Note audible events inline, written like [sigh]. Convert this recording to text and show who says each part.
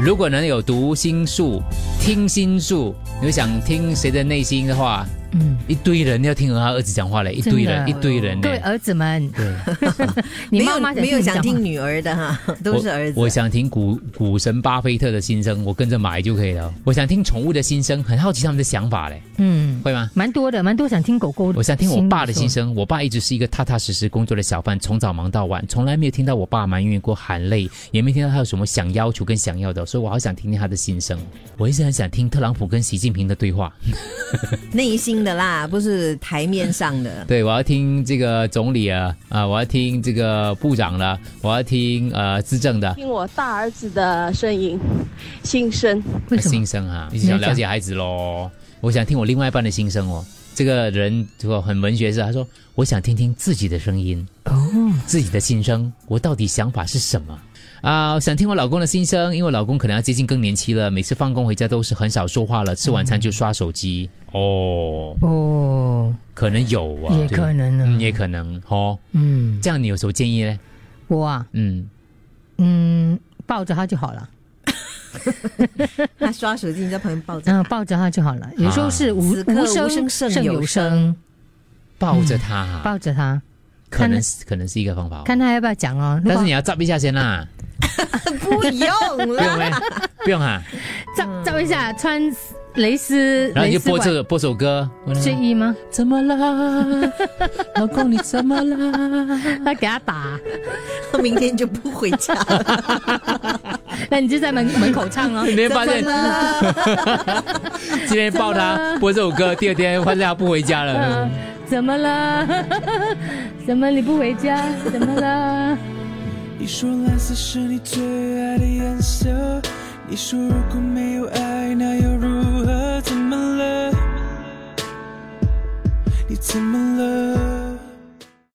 Speaker 1: 如果能有读心术、听心术，你会想听谁的内心的话，
Speaker 2: 嗯，
Speaker 1: 一堆人要听他儿子讲话嘞，一堆人，一
Speaker 2: 真的
Speaker 1: 堆人
Speaker 2: 各位
Speaker 1: 嘞。
Speaker 2: 儿子们，
Speaker 1: 对，
Speaker 2: 你
Speaker 3: 没
Speaker 2: 妈
Speaker 3: 有
Speaker 2: 妈
Speaker 3: 没有想
Speaker 2: 你
Speaker 3: 听
Speaker 2: 讲话，
Speaker 3: 女儿
Speaker 2: [laughs]
Speaker 3: 的哈，都是儿子。
Speaker 1: 我。我想听股股神巴菲特的心声，我跟着买就可以了。我想听宠物的心声，很好奇他们的想法嘞，
Speaker 2: 嗯，
Speaker 1: 会吗？
Speaker 2: 蛮多的，蛮多想听狗狗。
Speaker 1: 我想听我爸的心。声。我爸一直是一个踏踏实实工作的小贩，从早忙到晚，从来没有听到我爸埋怨过喊累，也没听到他有什么想要求跟想要的，所以我好想听听他的心声。我一直很想听特朗普跟习近平的对话，。
Speaker 3: 内心的啦，不是台面上
Speaker 2: [laughs]
Speaker 3: 的
Speaker 1: 对我要听这个总理啊啊，我要听这个部长了，我要听呃资政的
Speaker 4: 听我大儿子的声音，心声。
Speaker 2: 为什么
Speaker 1: 心？声啊，
Speaker 2: 你
Speaker 1: 你想
Speaker 2: 讲
Speaker 1: 了解孩子喽？我想听我另外一半的心声哦。这个人就很文学式，他说：“我想听听自己的声音。”
Speaker 2: 哦，
Speaker 1: 自己的心声，我到底想法是什么？啊、想听我老公的心声，因为我老公可能要接近更年期了，每次放工回家都是很少说话了，吃晚餐就刷手机。哦，
Speaker 2: 哦，
Speaker 1: 可能有啊，
Speaker 2: 也
Speaker 1: 对
Speaker 2: 可能啊
Speaker 1: 嗯，也可能哦。
Speaker 2: 嗯，
Speaker 1: 这样你有什么建议呢？
Speaker 2: 我啊，
Speaker 1: 嗯，
Speaker 2: 嗯，抱着他就好了，
Speaker 3: 他刷手机，你在旁边抱着。
Speaker 2: 嗯，抱着他就好了。有时候是无
Speaker 3: 啊此刻无
Speaker 2: 声
Speaker 3: 声胜有
Speaker 2: 有
Speaker 3: 声
Speaker 2: 声，
Speaker 1: 嗯抱着他，
Speaker 2: 抱着他，
Speaker 1: 可能
Speaker 2: 看
Speaker 1: 是可能是一个方法、哦。
Speaker 2: 看他要不要讲哦。如
Speaker 1: 但
Speaker 2: 果
Speaker 1: 是你要照一下先 [laughs] 啦，
Speaker 3: 不用
Speaker 2: [laughs]
Speaker 1: 不用
Speaker 3: 啦，
Speaker 1: 没，不用啊。
Speaker 2: 照照一下穿蕾丝，
Speaker 1: 然后你就
Speaker 2: 蕾丝
Speaker 1: 播
Speaker 2: 管
Speaker 1: 这个播首歌，
Speaker 2: 睡衣吗？
Speaker 1: 怎么 [laughs] 啦，老公你怎么啦？
Speaker 2: 他给他打，
Speaker 3: 明天就不回家了。
Speaker 2: 那你就在门门口唱哦。
Speaker 1: 你会发现
Speaker 3: 怎么了
Speaker 1: 今天抱他播这首歌，第二天发现他不回家了
Speaker 2: 嗯。怎么了？ [laughs] 怎么你不回家？怎么了？
Speaker 5: 你说蓝色是你最爱的颜色，你说如果没有爱，那又如何？怎么了？你怎么了？